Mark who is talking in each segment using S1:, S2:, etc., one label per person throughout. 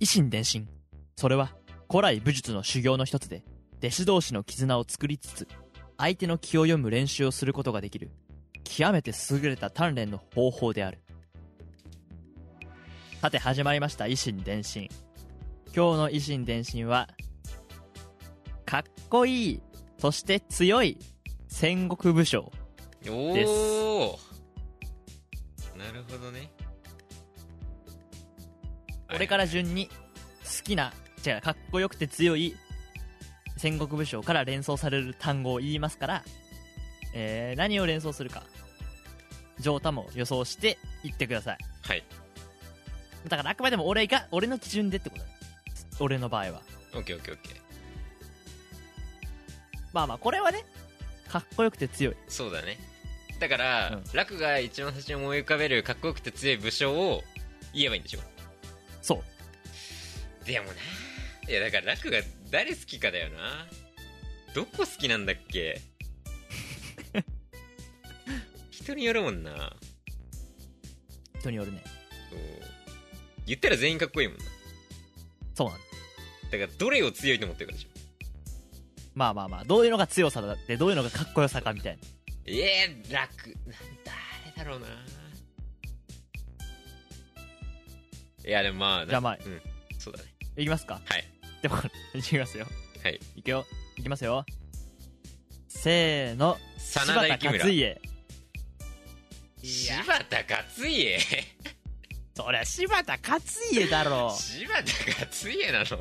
S1: 維新伝心。それは古来武術の修行の一つで、弟子同士の絆を作りつつ、相手の気を読む練習をすることができる、極めて優れた鍛錬の方法である。さて始まりました維新伝心。今日の維新伝心は、かっこいい、そして強い、戦国武将。
S2: お
S1: です
S2: おなるほどね
S1: これからら順に好きな違うかっこよくて強い戦国武将から連想される単語を言いますから、えー何を連想するか上太も予想して言ってください
S2: はい
S1: だからあくまでも俺が俺の基準でってことだ俺の場合は
S2: オッケーオッケーオッケー
S1: まあまあこれはねかっこよくて強い
S2: そうだねだから、
S1: うん
S2: 楽が一番最初に思い浮かべるかっこよくて強い武将を言えばいいんでしょ
S1: そう
S2: でもないやだから楽が誰好きかだよなどこ好きなんだっけ 人によるもんな
S1: 人によるね
S2: そう言ったら全員かっこいいもんな
S1: そうなんだ
S2: だからどれを強いと思ってるかでしょ
S1: まあまあまあどういうのが強さだってどういうのがかっこよさかみたいな
S2: ええ楽なん誰だろうないやでもまあな
S1: じゃあまあ
S2: うんそうだね
S1: いきますか
S2: はい
S1: でも いきますよ
S2: はい
S1: いくよいきますよせーの
S2: 真田幸村
S1: 柴田勝家
S2: 柴田勝家
S1: そりゃ柴田勝家 だろ
S2: 柴田勝家なの
S1: 柴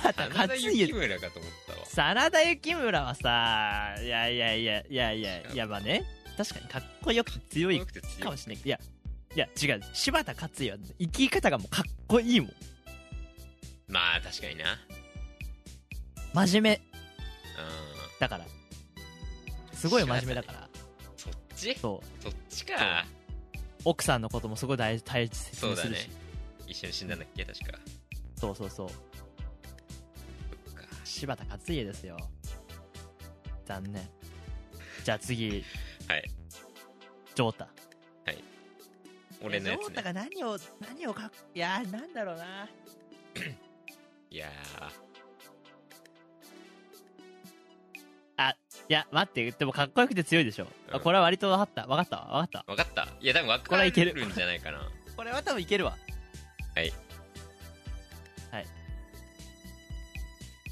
S1: 田
S2: 真田
S1: 勝
S2: 幸
S1: 家
S2: 村かと思ったわ
S1: 真田幸村はさいやいやいやいやいやいやまあね確かにかっこよくて強い
S2: 強くて
S1: か
S2: 強
S1: も
S2: い
S1: しれないいやいや違う柴田勝家は生き方がもうかっこいいもん
S2: まあ確かにな
S1: 真面目
S2: う
S1: だからすごい真面目だから
S2: んそっち
S1: そう
S2: そっちか
S1: 奥さんのこともすごい大事大切にす
S2: そう
S1: るし
S2: だね一緒に死んだんだっけ確か
S1: そうそうそう
S2: そっか
S1: 柴田勝家ですよ残念じゃあ次
S2: はい
S1: 城太
S2: 俺のやつ
S1: ジョータ
S2: ね
S1: が何を何をかっいやーなんだろうない
S2: やー
S1: いや待ってでもかっこよくて強いでしょ、あ
S2: うん
S1: これは割と分かった分かったわ分かっ
S2: 分かったいや多分分
S1: これ
S2: か
S1: はいける
S2: るんじゃないかな
S1: たこれは多分いけるわ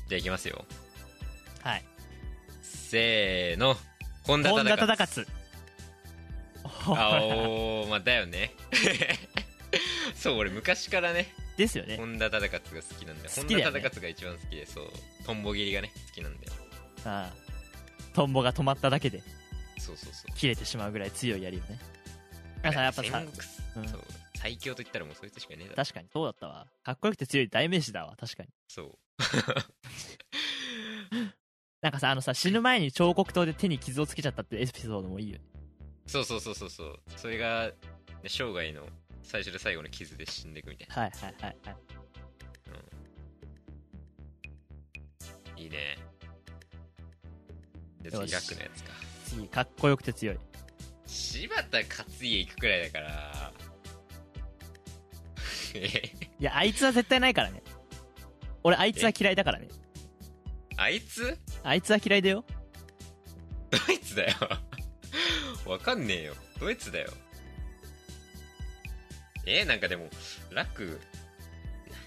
S2: じゃあいきますよ
S1: はい
S2: せーの本田
S1: 本田
S2: 忠
S1: 忠
S2: 勝
S1: 勝
S2: あおーまあだよね そう俺昔からね
S1: ですよね
S2: 本田忠勝が好きなんだよ
S1: 好
S2: 本
S1: きだ
S2: 田
S1: よね
S2: 忠勝が一番好きでそうトンボ切りがね好きなんだよ
S1: ああトンボが止まっただけで
S2: そうそうそう
S1: 切れてしまうぐらい強い槍よねあさやっぱさ
S2: 戦、国
S1: うん
S2: そう最強と言ったらもうそいつしかいねえだろ
S1: 確かにそうだったわかっこよくて強い代名詞だわ確かに
S2: そう
S1: なんかさあのさ死ぬ前に彫刻刀で手に傷をつけちゃったってエピソードもいいよね
S2: そうそうそうそうそうそれが、ね、生涯の最初で最後の傷で死んでいくみたい
S1: はいはいはいはい
S2: ないいねじゃあ
S1: よし
S2: 次楽のやつか
S1: 次かっこよくて強い
S2: 柴田勝家行くくらいだから え
S1: いやあいつは絶対ないからね俺あいつは嫌いだからね
S2: あいつ
S1: あいつは嫌いだよ
S2: ドイツだよ わかんねえよドイツだよえー、なんかでも楽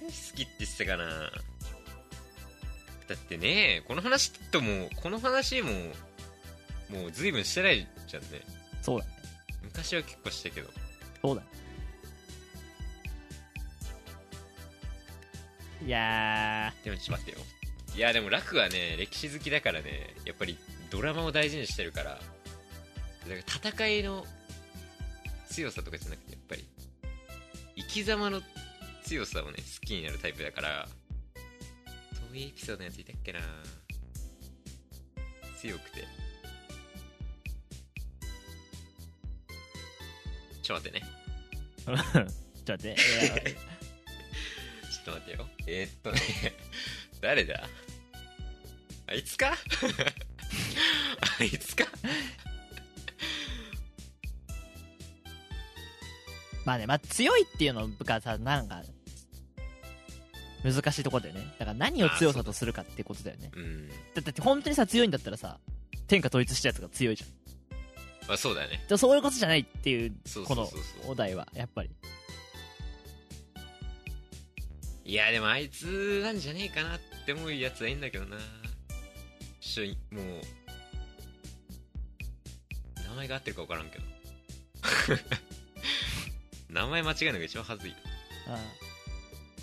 S2: 何好きって言ってたかなだってねこの話ともこの話ももう随分してないじゃんね
S1: そうだね
S2: 昔は結構したけど
S1: そうだねいや
S2: でもちょっと待ってよいやでも楽はね歴史好きだからねやっぱりドラマを大事にしてるからだから戦いの強さとかじゃなくてやっぱり生き様の強さをね好きになるタイプだからそういうエピソードのやついたっけな強くてちょっと待ってね
S1: ー ちょっと待っていや
S2: ちょっと待ってよ。えーっとね、 誰だあいつか あいつか
S1: まあねまあ強いっていうのがさなんか難しいところだよねだから何を強さとするかってことだよね
S2: うん
S1: だだって本当にさ強いんだったらさ天下統一したやつが強いじゃん
S2: まあそうだね
S1: でもそういうことじゃないっていう
S2: そうそ
S1: こ
S2: うそう
S1: の
S2: そう
S1: お題はやっぱり
S2: いやでもあいつなんじゃねえかなって思うやつはいいんだけどなちょっともう名前が合ってるか分からんけど 名前間違えるのが一番はずいよ
S1: あ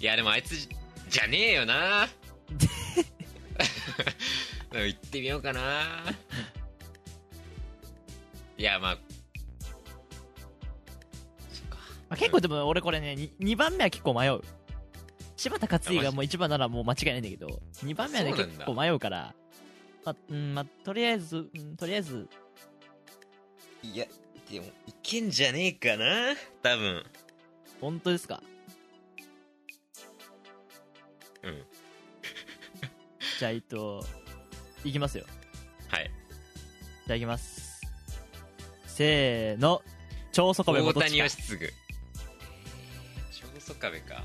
S2: いやでもあいつじじゃねえよな でも行ってみようかないやまあそっか
S1: あまあ、結構でも俺これね 2, 番目は結構迷う柴田勝家がもう1番ならもう間違いないんだけど2番目はね
S2: そうなんだ
S1: 結構迷うからまあ、うんまあ、とりあえず、うん、とりあえず
S2: いやでもいけんじゃねえかな多分
S1: 本当ですか
S2: うん
S1: じゃあえっといきますよ
S2: はい
S1: いただきますせーの長宗我部
S2: 大
S1: 元
S2: 谷
S1: 親
S2: 義次長宗我部か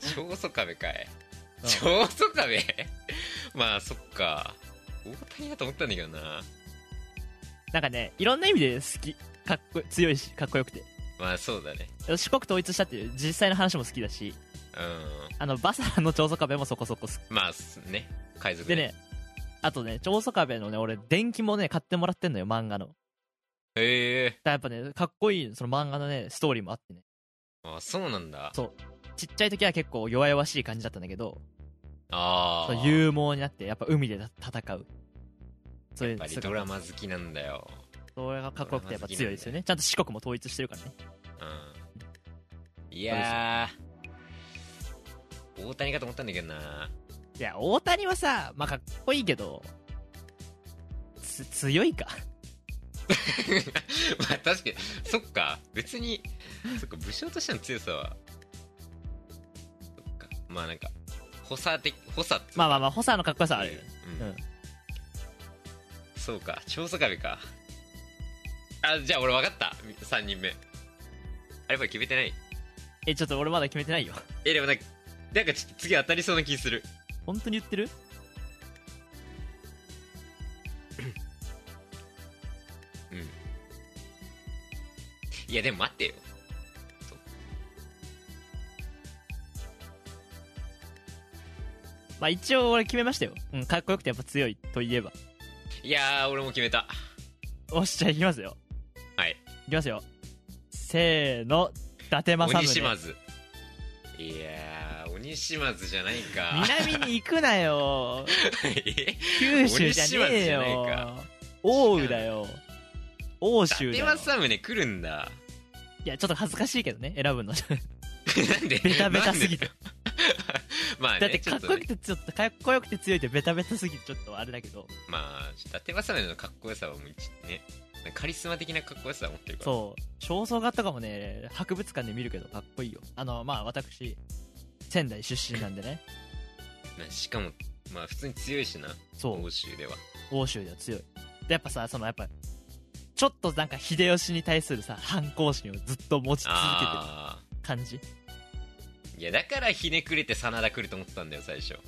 S2: 長宗我部かい長宗我部 まあそっか大谷だと思ったんだけどな
S1: なんかねいろんな意味で好きかっこ強いしかっこよくて
S2: まあそうだね
S1: 四国統一したっていう実際の話も好きだし
S2: う
S1: あのバサラの長宗我部もそこそこ好き
S2: んまあすね海賊
S1: でねあとね長宗我部のね俺電気もね買ってもらってんのよ漫画のだか
S2: へえ
S1: らやっぱねかっこいいその漫画のねストーリーもあってね
S2: あそうなんだ
S1: そうちっちゃい時は結構弱々しい感じだったんだけど
S2: あ
S1: そう
S2: あ
S1: 勇猛になってやっぱ海で戦うそうい
S2: やっ
S1: う
S2: ぱり
S1: 姿
S2: ドラマ好きなんだよ
S1: それがかっこよくてやっぱ強いですよねちゃんと四国も統一してるからね
S2: うんいやー大谷かと思ったんだけどない
S1: や大谷はさまあかっこいいけどつ強いか
S2: まあ確かにそっか別にそっか武将としての強さはそっかまあなんか補佐的補佐って
S1: まあまあまあ補佐のかっこよさはあるよね
S2: うん
S1: うん
S2: そうか長宗我部かあじゃあ俺分かった3人目あれこれ決めてない
S1: えちょっと俺まだ決めてないよ
S2: えでもなんかなんかちょっと次当たりそうな気する
S1: 本当に言ってる
S2: うんいやでも待ってよそう
S1: まあ一応俺決めましたよ、うん、かっこよくてやっぱ強いといえば
S2: いやー俺も決めた
S1: よしじゃあいきますよ
S2: はい
S1: いきますよせーの伊達
S2: 鬼
S1: 政
S2: 島
S1: 宗
S2: 津いやー鬼島津じゃないか
S1: 南に行くな よ
S2: え
S1: 九州じゃね
S2: 鬼島津
S1: えよ
S2: じゃない
S1: 奥羽だよ欧
S2: 伊
S1: 州だ
S2: 達
S1: よ
S2: 政宗来るんだ
S1: いやちょっと恥ずかしいけどね選ぶの
S2: なんで
S1: ベタベタすぎて
S2: なんで まあね
S1: だって
S2: ち
S1: か
S2: ょ
S1: っ
S2: と
S1: こ
S2: ね
S1: よくてちょっとかっこよくて強いってベタベタすぎてちょっとあれだけど
S2: まあ、伊達政宗のかっこよさはもう一ね、カリスマ的なかっこよさは持ってるから。
S1: そう肖像画とかもね博物館で見るけどかっこいいよあのまあ私仙台出身なんでね
S2: まあしかも、まあ普通に強いしな、
S1: そう
S2: 欧州では。
S1: 欧州では強いでやっぱさそのやっぱちょっとなんか秀吉に対するさ反抗心をずっと持ち続けてる
S2: あ
S1: 感じ
S2: あ。いや、だからひねくれて真田来ると思ってたんだよ、最初。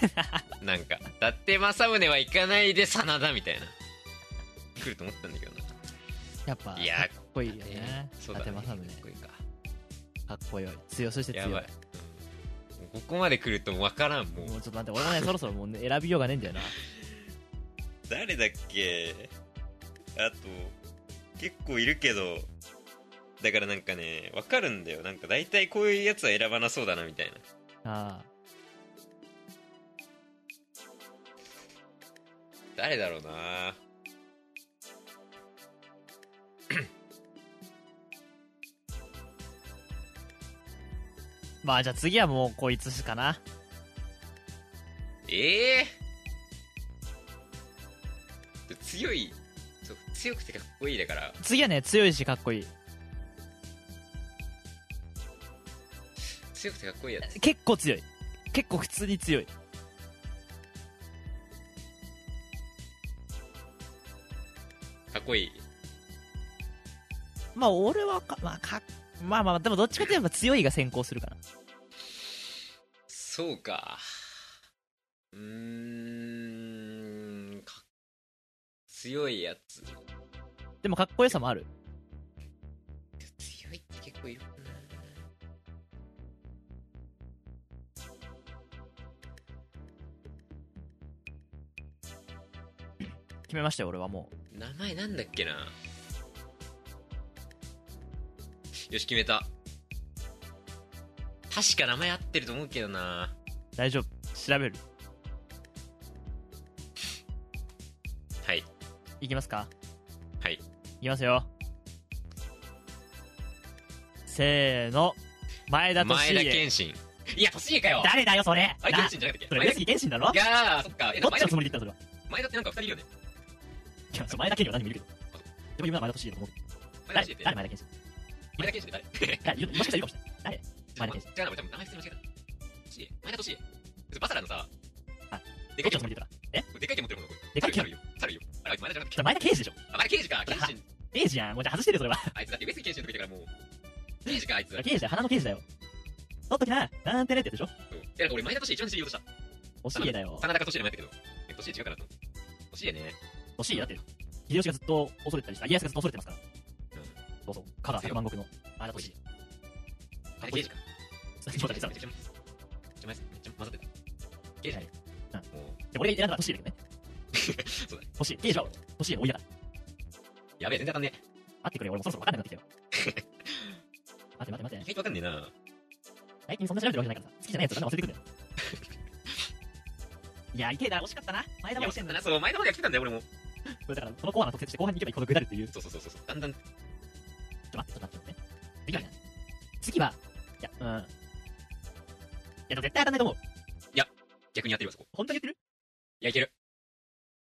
S2: なんか、伊達政宗は行かないで真田みたいな。来ると思ったんだけどな。
S1: やっぱ
S2: いや
S1: かっこいいよ
S2: ね
S1: ね伊
S2: そうだ
S1: 達
S2: ね。
S1: 政宗
S2: かっこいいか。
S1: かっこよい強いそして強
S2: や
S1: い
S2: ばい。うんここまで来るともう分からん、もう
S1: も。うちょっと待って俺も ねそろそろもう、ね、選びようがねえんだよな
S2: 誰だっけあと結構いるけどだからなんかねわかるんだよなんか大体こういうやつは選ばなそうだなみたいな
S1: ああ
S2: 誰だろうな
S1: まあじゃあ次はもうこいつかな
S2: ええ強いそう強くてかっこいいだから
S1: 次はね強いしかっこいい
S2: 強くてかっこいいやつ
S1: 結構強い結構普通に強い
S2: かっこいい
S1: まあ俺はか,、まあ、かまあまあでもどっちかといえば強いが先行するかな
S2: そうか。うーん、か強いやつ。
S1: でもかっこよさもある
S2: 強いって結構いるかな。
S1: 決めましたよ俺はも
S2: 名前なんだっけなよし決めた確か名前合ってると思うけどな
S1: う大丈夫調べる
S2: はい
S1: いきますか
S2: はい
S1: いきますよせーの前田
S2: 前
S1: 利
S2: 田
S1: 家
S2: 謙信いや俊家かよ
S1: 誰だよそれ
S2: あれ
S1: な
S2: 謙信じゃなくて
S1: それ
S2: 前
S1: 上
S2: 田
S1: 杉謙信だろ
S2: いやーそっかえ
S1: どっ
S2: 前
S1: ち
S2: 田
S1: のつもりで言ったのそれ
S2: 前田ってなんか二人いるよね
S1: はいやそう前田謙信は何もいるけどでも今の前田利家だと思う
S2: 前田
S1: 誰
S2: 謙信って
S1: 誰前田謙
S2: 前田謙信って誰
S1: 信いやいるもしかしたらいるかもしれない 前田
S2: ちょっと違うな俺多分名前普通に間違えた俊家前田俊家バサラのさ
S1: あ
S2: でかい
S1: どっちの
S2: 剣
S1: つもりで言った
S2: でかい剣持ってるのこれ
S1: でかい剣
S2: 猿いるよ猿いるよあれ前田じゃなく
S1: ら
S2: て
S1: 前田刑事でしょ
S2: あ前田刑事か謙信
S1: 刑事やんもうじゃあ外してるよそれは
S2: あいつだって上杉謙信の時だからもう刑事かあいつ
S1: 刑事だよ花の刑事だよ取っときななんてねってやつでし
S2: うんいや、なんか俺、前田俊一番知りようとした。
S1: ょ惜しい家だよ
S2: 真田か俊也もやったけど。え、俊也違うからと思って。俊也ね。
S1: 惜しい家だって秀吉がずっと恐れてたりした家康がずっと恐れてますか
S2: う
S1: ら
S2: ん。
S1: どうぞ香川百万石の前田利家
S2: あれ、刑事か。
S1: そうだ
S2: め
S1: ね
S2: っちゃめっちゃめっちゃ混ざってた。刑事ね。もう、
S1: で俺が選んだら欲しいだけどね。
S2: そうだね。
S1: 欲しい。刑事は欲しい。おいだから。
S2: やべえ、全然当たんねえ。
S1: 待ってくれよ。俺もそろそろ分かんなくなってきたよ。待て待て待
S2: 意
S1: て。
S2: 外とわかんねえな。
S1: 最近そんな調べてるわけじゃないからさ。好きじゃないやつだから忘れてくんだよ。 いや、痛えな。惜しかったな。前
S2: い
S1: 田
S2: や、
S1: も
S2: 俺
S1: 惜しいんだ
S2: な、
S1: な。
S2: そう、前田までやってたんだよ、俺も。
S1: だから、そのコアな特設して後半に行けばこの下るっていう。ちょ
S2: そうそうそうそう。だんだん、
S1: っと待って、ちょっと待って。ちょっと待ってね。次はね。次は、いや、うん。いや、でも絶対当たんないと思う。
S2: 逆にやってるわ、そこ。
S1: 本当に言ってる
S2: いや、いける。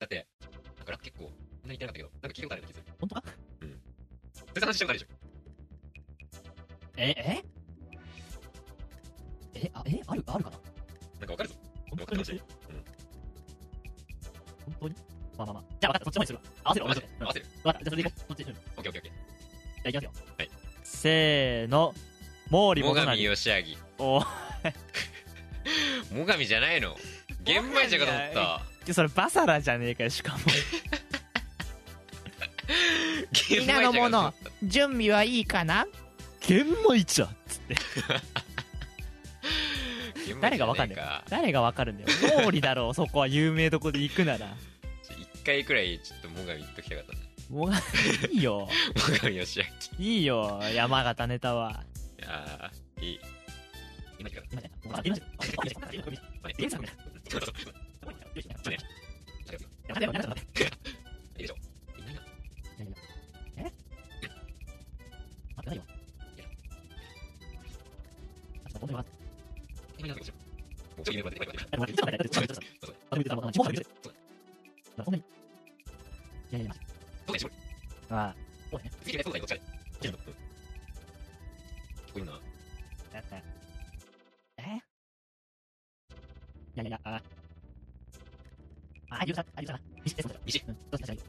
S2: だって、なんかラップ結構、こんなにいかなかったけど、なんか聞いたことあるような気がする。
S1: 本当か
S2: それ話したことあるでしょ。
S1: え、ええ、あ、え、ある、ある
S2: なん
S1: かな
S2: かわかるぞ。
S1: 本当に言ってる
S2: うん
S1: 本当にまあまあまあ。じゃあ分かった。そっちの方にするわ。合わせる
S2: 合
S1: わ。
S2: わ
S1: 合
S2: せ
S1: わ
S2: る
S1: せる。う
S2: 合わせる。
S1: んわかった、じゃあそれでいこう。そっち、うんじゃ
S2: オッケーオッケーオッケ
S1: あ行きますよ。
S2: はい。
S1: せーの、毛利
S2: ー。
S1: 元
S2: 最上
S1: 就。
S2: 義明。
S1: お
S2: 最上じゃないの。玄米茶かと思った。
S1: でそれバサラじゃねえかよ、しかも。
S2: 玄米茶かと思った。
S1: 準備はいいかな玄米茶つって。誰がわかんねえ
S2: か
S1: 誰がわかるんだよ。毛利だ ろう、そこは有名どこで行くなら。
S2: 一回くらいちょっと最上言っときたかったな
S1: もう、いいよ。
S2: 最上義明
S1: いいよ、山形ネタ は。
S2: ああいい今から
S1: 今ね、僕は出ましたよあ出ましたよ
S2: まあね
S1: 出ましたよ
S2: そうそうそう
S1: 出ましたよ
S2: 違うよ
S1: いや待てよ待てよ待てよ
S2: いいでしょいないない
S1: 待ってないよいやあちょっとごめん待って
S2: いないなちょっと待って待って待って
S1: あ待ってちょっと待ってちょっと待ってちょっと待って
S2: そうだ
S1: あでも言ってたもう地元から見せて
S2: そう
S1: まあそんなにいやいや待
S2: ど
S1: って
S2: うでしょう
S1: あそうだね
S2: 次ねそうだよどっちだいこういうのな
S1: やったえいやいやいやああゆうさんあゆうさん西です
S2: 西
S1: うんどうしたらいい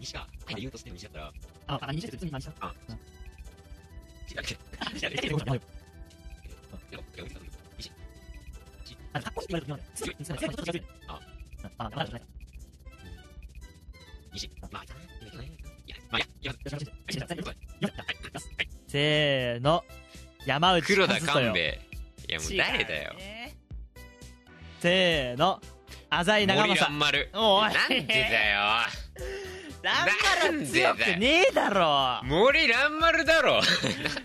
S2: 西かはいで言うとして西だったら
S1: ああ西です普通に何した
S2: あ
S1: うん
S2: 西だっけ西だっ
S1: え
S2: け
S1: えごめんごめん
S2: でもでも西
S1: あのかっこいいって言われると今まですぐすぐすぐすぐ
S2: あ
S1: うんあまだじゃない
S2: 西まあいいんだけどねいやまあいやいや
S1: よしよしよしよしよしよしよしよし
S2: はい
S1: せーの山内
S2: 黒田
S1: 和人よ
S2: 勘兵衛いやもう誰だよ
S1: 違うねせーの浅井長
S2: 森
S1: 政
S2: 蘭丸
S1: おい
S2: なんでだよ
S1: ランマル強くねえだろ
S2: 森蘭丸だろ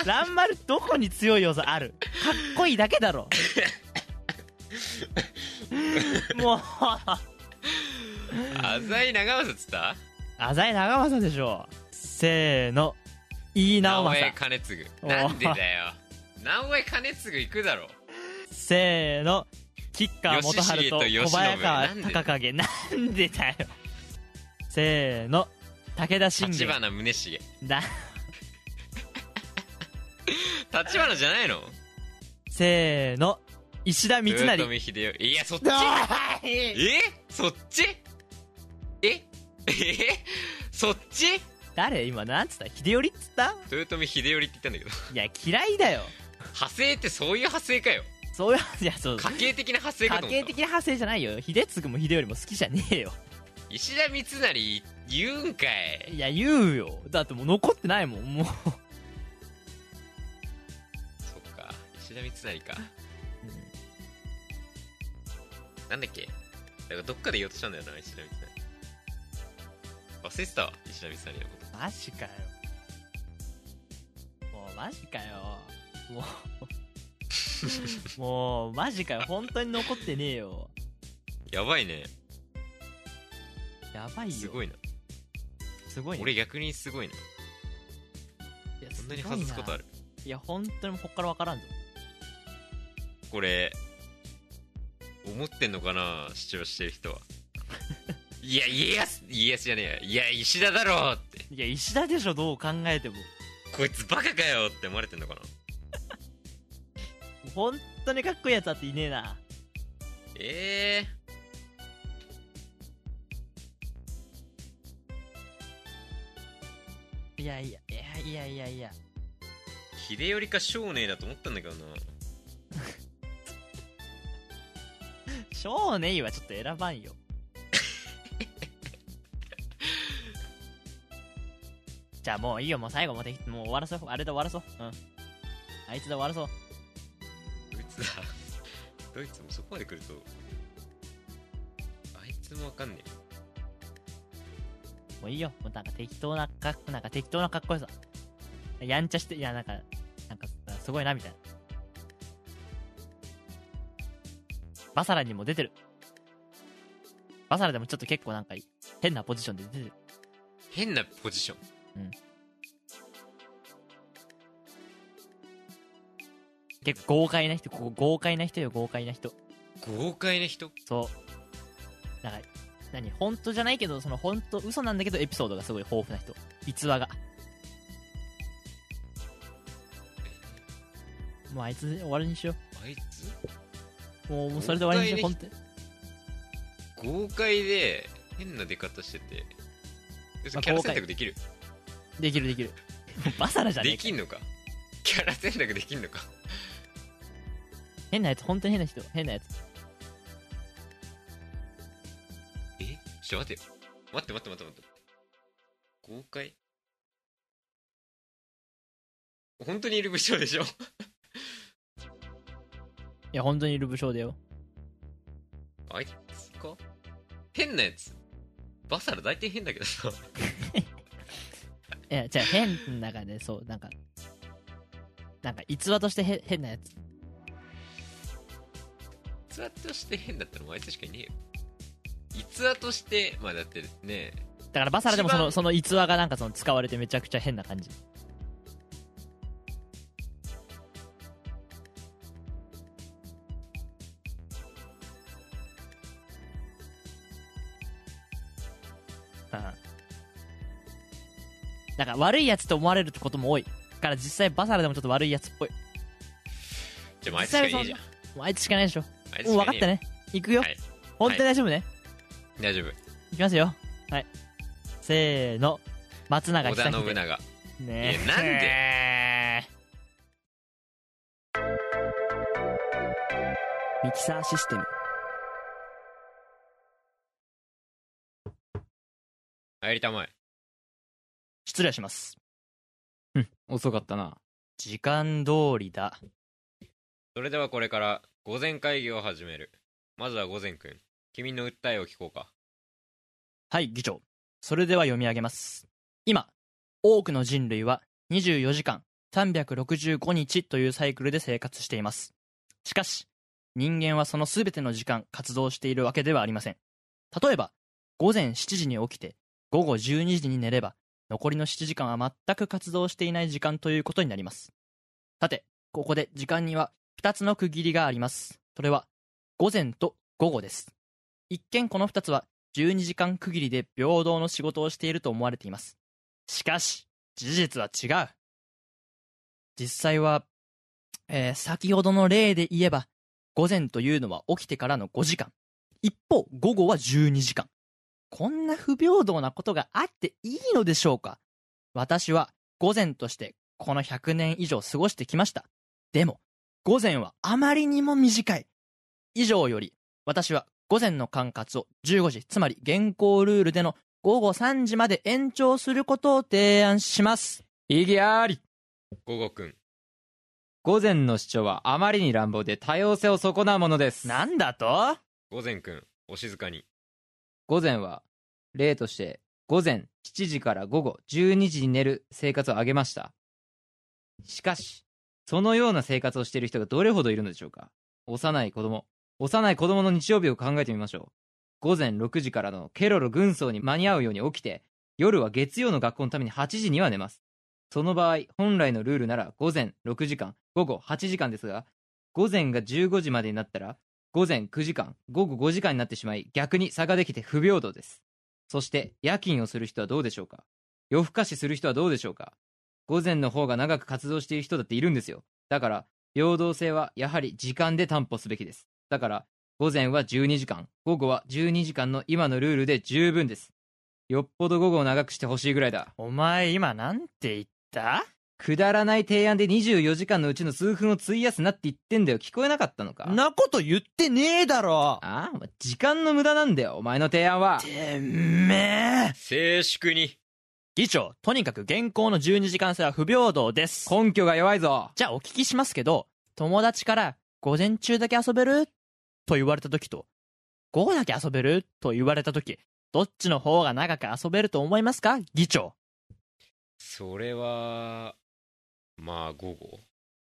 S1: ランマルどこに強い要素あるかっこいいだけ だろもう
S2: 浅井長政っつった
S1: 浅井長政でしょせーの飯直
S2: 直江
S1: 政
S2: 兼次
S1: お
S2: なんでだよ直江兼次行くだろ
S1: せーの吉川元春と
S2: 吉重と
S1: 小早川
S2: 吉信
S1: 隆景なんでだよせーの武田信
S2: 立
S1: 玄
S2: 花宗茂
S1: だ
S2: 立花じゃないの
S1: せーの石田三
S2: 豊
S1: 成
S2: 臣秀頼いやそっち
S1: お
S2: え
S1: い
S2: そっちええそっち
S1: 誰今なんつった秀頼っつった
S2: 豊臣秀頼って言ったんだけど
S1: いや嫌いだよ
S2: 派生ってそういう派生かよ
S1: そういういやそう
S2: 家系的な発生か
S1: 家
S2: と思っ
S1: 系
S2: た
S1: 的な派生じゃないよ秀次も秀よりも好きじゃねえよ
S2: 石田三成言うんかい
S1: いや言うよだってもう残ってないもんもう
S2: そっか石田三成かなんだっけだからどっかで言おうとしたんだよな石田三成忘れてたわ石田三成のこと
S1: マジかよもうマジかよ もうもうマジかよ本当に残ってねえよ
S2: やばいね
S1: やばいよ
S2: すごいな
S1: すごいね
S2: 俺逆にすごいない
S1: や
S2: こんなに
S1: すごい
S2: 外すことある
S1: いや本当にこっから分からんぞ
S2: これ思ってんのかな視聴してる人はいや家康家康じゃねえやいや石田だろうって
S1: いや石田でしょどう考えても
S2: こいつバカかよって思われてんのかな
S1: 本当にかっこいいやつだっていねえな
S2: ええ
S1: いやいやいやいやいやいや
S2: 秀頼か少年だと思ったんだけどな
S1: 少年はちょっと選ばんよじゃあもういいよもう最後もうできもう終わらそうあれで終わらそううんあいつで終わらそう
S2: ドイツだドイツもそこまで来るとあいつもわかんね
S1: もういいよもうなんか適当なかっなんか適当なかっこよさやんちゃしていやなんかなんかすごいなみたいなバサラにも出てるバサラでもちょっと結構なんか変なポジションで出てる
S2: え変なポジション
S1: 結構豪快な人ここ豪快な人よ豪快な人
S2: 豪快な人
S1: そうなんか何本当じゃないけどその本当嘘なんだけどエピソードがすごい豊富な人逸話がもうあいつ終わりにしよ
S2: あいつ
S1: うもうもうそれで終わりにしよう
S2: 豪
S1: 本当に
S2: 豪快で変な出方してて別にキャラ選択できる、
S1: できるできるバサラじゃね
S2: で
S1: えか
S2: きんのかキャラ選択できんのか
S1: 変なやつ本当に変な人変なやつ
S2: えちょっと待てよ待って待って待って待って豪快本当にいる武将でしょ
S1: いや本当にいる武将だよ
S2: あいつか変なやつバサラ大体変だけどさ
S1: いやじゃあ変ながねそうなんかなんか逸話としてへ変なやつ
S2: 逸話として変だったらもうあいつしかいねえよ逸話としてまあだってね
S1: だからバサラでもそ
S2: 一
S1: の
S2: 番
S1: その逸話がなんかその使われてめちゃくちゃ変な感じうんなんか悪いやつと思われることも多いから実際バサラでもちょっと悪いやつっぽい
S2: じゃあもうあいつしかいねえじゃん
S1: もうあいつしかないでしょ
S2: あいつ
S1: もう
S2: し
S1: 分
S2: か
S1: か
S2: いねえ
S1: ったね行くよ、
S2: はい
S1: 本当に大丈夫ね、
S2: 大丈夫
S1: い、きますよはいせーの松永
S2: 織田
S1: 久秀
S2: 信長
S1: ねえ
S2: いやなんで
S1: ミキサーシステム
S2: 入りたまえ
S1: 失礼します
S3: 遅かったな。
S1: 時間通りだ
S2: それではこれから午前会議を始めるまずは午前くん君の訴えを聞こうか
S1: はい議長それでは読み上げます今多くの人類は24時間365日というサイクルで生活していますしかし人間はその全ての時間活動しているわけではありません例えば午前7時に起きて午後12時に寝れば残りの7時間は全く活動していない時間ということになりますさてここで時間には2つの区切りがありますそれは午前と午後です一見この2つは12時間区切りで平等の仕事をしていると思われていますしかし事実は違う実際は、えー先ほどの例で言えば午前というのは起きてからの5時間一方午後は12時間こんな不平等なことがあっていいのでしょうか私は午前としてこの100年以上過ごしてきましたでも午前はあまりにも短い。以上より、私は午前の管轄を15時、つまり現行ルールでの午後3時まで延長することを提案します。
S3: 意義あり
S2: 午後くん
S3: 午前の主張はあまりに乱暴で多様性を損なうものです
S1: なんだと
S2: 午前くんお静かに
S3: 午前は例として午前7時から午後12時に寝る生活を挙げましたしかしそのような生活をしている人がどれほどいるのでしょうか幼い子供幼い子供の日曜日を考えてみましょう午前6時からのケロロ軍曹に間に合うように起きて夜は月曜の学校のために8時には寝ますその場合本来のルールなら午前6時間午後8時間ですが午前が15時までになったら午前9時間午後5時間になってしまい逆に差ができて不平等ですそして夜勤をする人はどうでしょうか夜更かしする人はどうでしょうか午前の方が長く活動している人だっているんですよだから平等性はやはり時間で担保すべきですだから午前は12時間午後は12時間の今のルールで十分ですよっぽど午後を長くしてほしいぐらいだ
S1: お前今なんて言った
S3: くだらない提案で24時間のうちの数分を費やすなって言ってんだよ聞こえなかったのか
S1: なこと言ってねえだろ
S3: ああ、お前時間の無駄なんだよ、お前の提案は。
S1: てめえ
S2: 静粛に
S1: 議長、とにかく現行の12時間制は不平等です。
S3: 根拠が弱いぞ。
S1: じゃあお聞きしますけど、友達から午前中だけ遊べると言われた時と、午後だけ遊べると言われた時、どっちの方が長く遊べると思いますか議長。
S2: それはまあ午後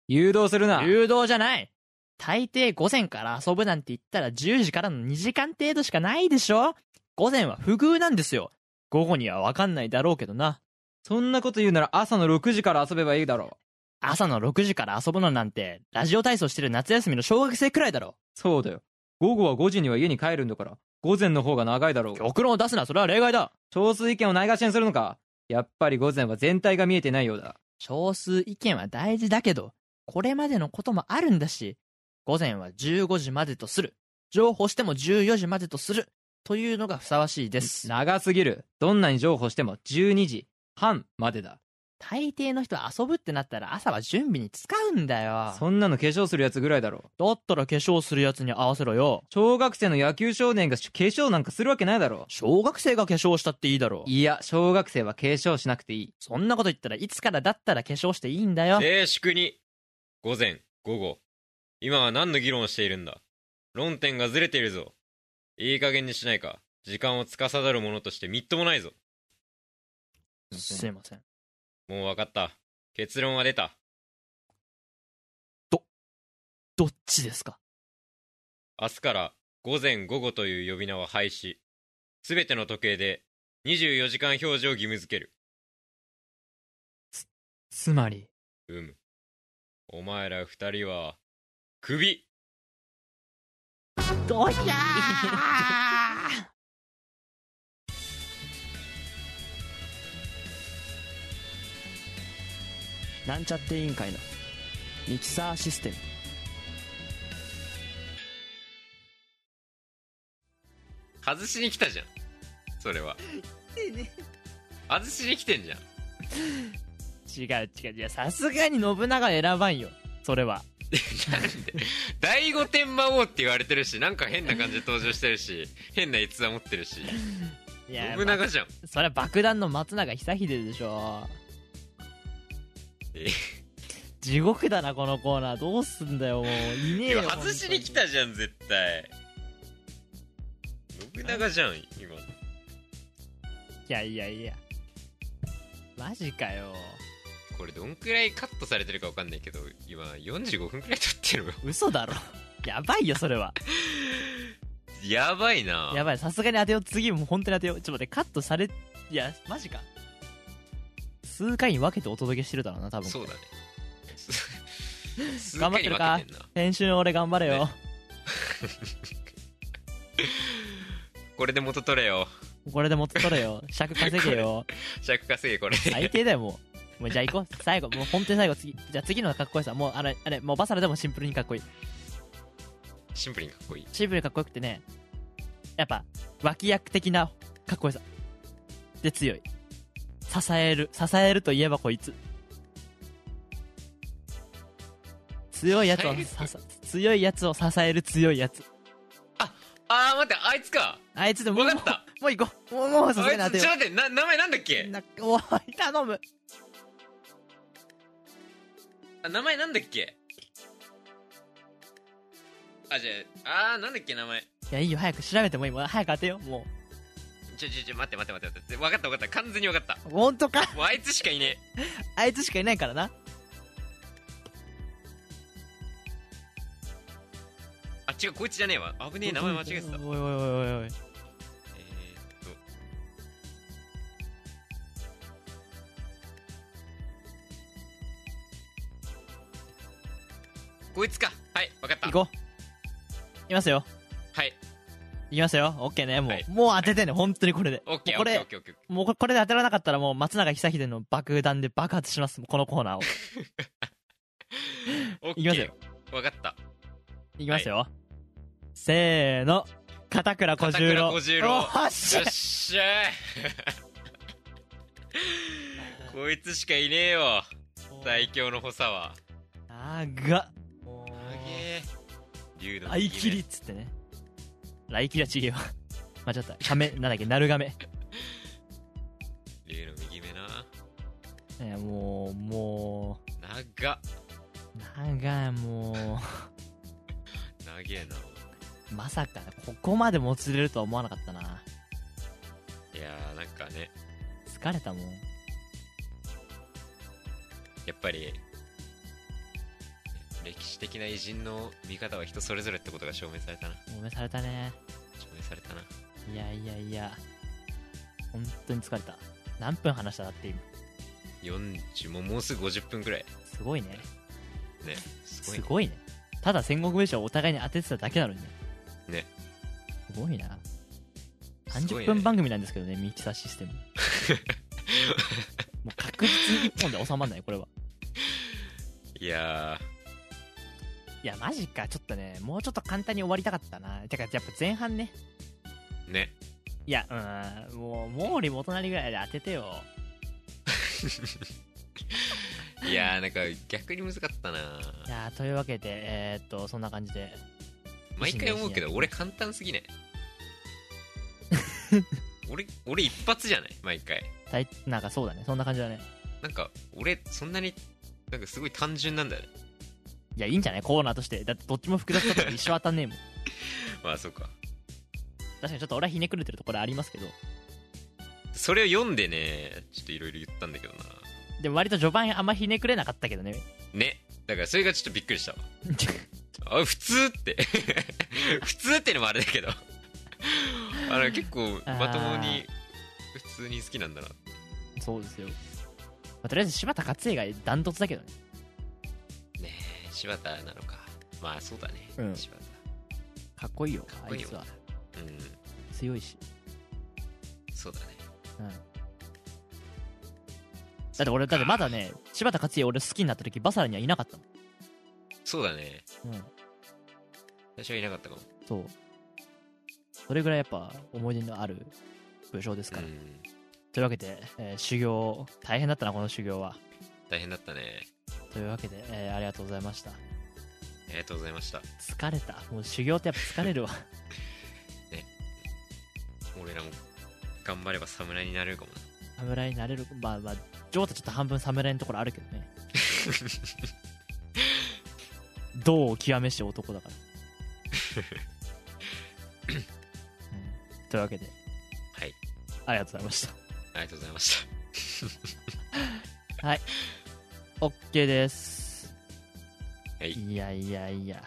S3: 誘導するな。
S1: 誘導じゃない大抵午前から遊ぶなんて言ったら10時からの2時間程度しかないでしょ午前は不遇なんですよ。午後にはわかんないだろうけどな。
S3: そんなこと言うなら朝の6時から遊べばいいだろう。
S1: 朝の6時から遊ぶのなんて、ラジオ体操してる夏休みの小学生くらいだろ。
S3: そうだよ。午後は5時には家に帰るんだから、午前の方が長いだろうが。
S1: 極論を出すな、それは例外だ。
S3: 少数意見をないがしろにするのか。やっぱり午前は全体が見えてないようだ。
S1: 少数意見は大事だけど、これまでのこともあるんだし、午前は15時までとする。譲歩しても14時までとする。というのがふさわしいです。
S3: 長すぎる。どんなに譲歩しても12時半までだ。
S1: 大抵の人は遊ぶってなったら朝は準備に使うんだよ。
S3: そんなの化粧するやつぐらいだろう。
S1: だったら化粧するやつに合わせろよ。
S3: 小学生の野球少年が化粧なんかするわけないだろ
S1: 小学生が化粧したっていいだろ
S3: う。いや、小学生は化粧しなくていい。
S1: そんなこと言ったらいつからだったら化粧していいんだよ。
S2: 静粛に午前午後今は何の議論をしているんだ論点がずれているぞいい加減にしないか時間を司る者としてみっともないぞ
S1: すいません。
S2: もう分かった結論は出た
S1: どっちですか
S2: 明日から午前午後という呼び名は廃止すべての時計で24時間表示を義務付ける
S3: つまり。
S2: うむお前ら二人はクビ
S1: どやなんちゃって委員会のミキサーシステム
S2: 外しに来たじゃんそれは外しに来てんじゃん
S1: 違う違う違うさすがに信長選ばんよそれは
S2: なんで第五天魔王って言われてるしなんか変な感じで登場してるし変な逸話持ってるし
S1: いや
S2: 信長じゃん
S1: まそれは爆弾の松永久秀でしょ
S2: え
S1: 地獄だなこのコーナーどうすんだよもういねえ
S2: 今
S1: よ
S2: 外しに来たじゃん絶対信長じゃん今の
S1: いやいやいやマジかよ
S2: これどんくらいカットされてるかわかんないけど今45分くらい撮ってるよ
S1: 嘘だろ やばいよそれは
S2: やばいな
S1: やばいさすがに当てよう次もう本当に当てようちょっと待ってカットされいやマジか数回に分けてお届けしてるだろうな多分
S2: そうだね
S1: 頑張ってるか
S2: 数回に分けてんな
S1: 編集の俺頑張れよ、
S2: ねこれで元取れよ
S1: これでもっと取れ よ尺稼げよ
S2: 尺稼げこれ
S1: 最低だよもうもうじゃあ行こう最後もう本当に最後次じゃあ次のかっこよさもうあれあれもうバサラでもシンプルにかっこいい
S2: シンプルにかっこいい
S1: シンプルにかっこよくてねやっぱ脇役的なかっこよさで強い支える支えるといえばこいつ強いやつを
S2: サイレン
S1: ささ強いやつを支える強いやつ
S2: あー待ってあいつか
S1: あいつでも
S2: 分かった
S1: もうもう行こうもうもうさすがに
S2: あ
S1: 当
S2: いつ
S1: て
S2: ちょ
S1: よ
S2: っと待ってな名前なんだっ
S1: う
S2: け
S1: なおい頼む
S2: あ名前なんだっけあじゃああーなんだっけ名前
S1: いやいいよ早く調べてもいいもん早く当てようも
S2: ちょちょちょ待って待って待って待って分かった分かった完全に分かった
S1: う本当か
S2: もうあいつしかいね
S1: あいつしかいないからな
S2: えあ違うこいつじゃねえわ危ねえ名前間違えてたえーっ
S1: おいおいおいおいおい
S2: とこいつかはい分かった
S1: 行こういきますよ
S2: はい
S1: いきますよオッケーねもう、
S2: はい
S1: もう当ててね本当にこれで
S2: オッケー
S1: も
S2: オ
S1: うこ
S2: ッケーオッケー
S1: れ
S2: オッケー
S1: もうこれこれで当てられなかったらもう松永久秀の爆弾で爆発しますこのコーナーを
S2: オッ
S1: いきますよ
S2: 分かった
S1: いきますよ、せーの片倉小十郎
S2: 片倉小十郎
S1: おーっし
S2: よ
S1: ゃ
S2: っしゃ ーこいつしかいねえよ最強の補佐は
S1: あが
S2: あげえ竜の
S1: 来キリっつってね来キリはちげえわ間違った亀なんだっけナルガメ
S2: 竜の右目な
S1: えーもうも
S2: 長っ
S1: う長いも
S2: 長えな
S1: うまさかここまでもつれるとは思わなかったない
S2: やーなんかね
S1: 疲れたもん
S2: やっぱり歴史的な偉人の見方は人それぞれってことが証明されたな
S1: 揉めされたね
S2: 証明されたない
S1: やいやいや本当に疲れた何分話しただって今
S2: 40もうもうすぐ50分くらい
S1: すごいね
S2: ねすごい
S1: す
S2: ね
S1: ごいねただ戦国武将をお互いに当ててただけなのにね
S2: ね
S1: すごいな
S2: すごい
S1: 30
S2: ね
S1: 分番組なんですけどねミキサーシ ステムもう確実に1本で収まんないこれはい
S2: や
S1: いやマジかちょっとねもうちょっと簡単に終わりたかったなてかやっぱ前半ね
S2: ーね
S1: いやうーんもう毛利元就ぐらいで当ててよ
S2: いやーなんか逆に難かったない
S1: やーというわけでえー、っとそんな感じで
S2: 毎回思うけど
S1: いいね
S2: 俺簡単すぎない 俺俺一発じゃない毎回
S1: たいなんかそうだねそんな感じだね
S2: なんか俺そんなになんかすごい単純なんだよね
S1: いやいいんじゃないコーナーとしてだってどっちも複雑だったら一生当たんねえ もん
S2: まあそうか
S1: 確かにちょっと俺はひねくれてるところありますけど
S2: それを読んでねちょっといろいろ言ったんだけどな
S1: でも割と序盤あんまひねくれなかったけどね
S2: ねだからそれがちょっとびっくりしたわあ普通って 普通ってのもあれだけど あの結構まともに普通に好きなんだな
S1: そうですよ、まあとりあえず柴田勝家がダントツだけどね
S2: ねえ柴田なのかまあそうだね、
S1: うん
S2: 柴
S1: かっこいいよ
S2: 田かっこいいよ
S1: あいつは
S2: なうん
S1: 強いし、
S2: そうだね
S1: うん、だって俺だってまだね柴田勝家俺好きになった時バサラにはいなかったも
S2: そうだね
S1: ん、うん、
S2: 最初はいなかったかも
S1: そうそれぐらいやっぱ思い出のある武将ですから、
S2: うん
S1: というわけで、えー修行大変だったなこの修行は
S2: 大変だったね
S1: というわけで、えーありがとうございました
S2: ありがとうございました
S1: 疲れたもう修行ってやっぱ疲れるわ
S2: 俺らも頑張れば侍になれるかもな
S1: 侍になれるまあまあジョータちょっと半分侍のところあるけどね銅を極めして男だからうんというわけで
S2: はい
S1: ありがとうございました
S2: ありがとうございました
S1: OK です
S2: はい
S1: いやいやいや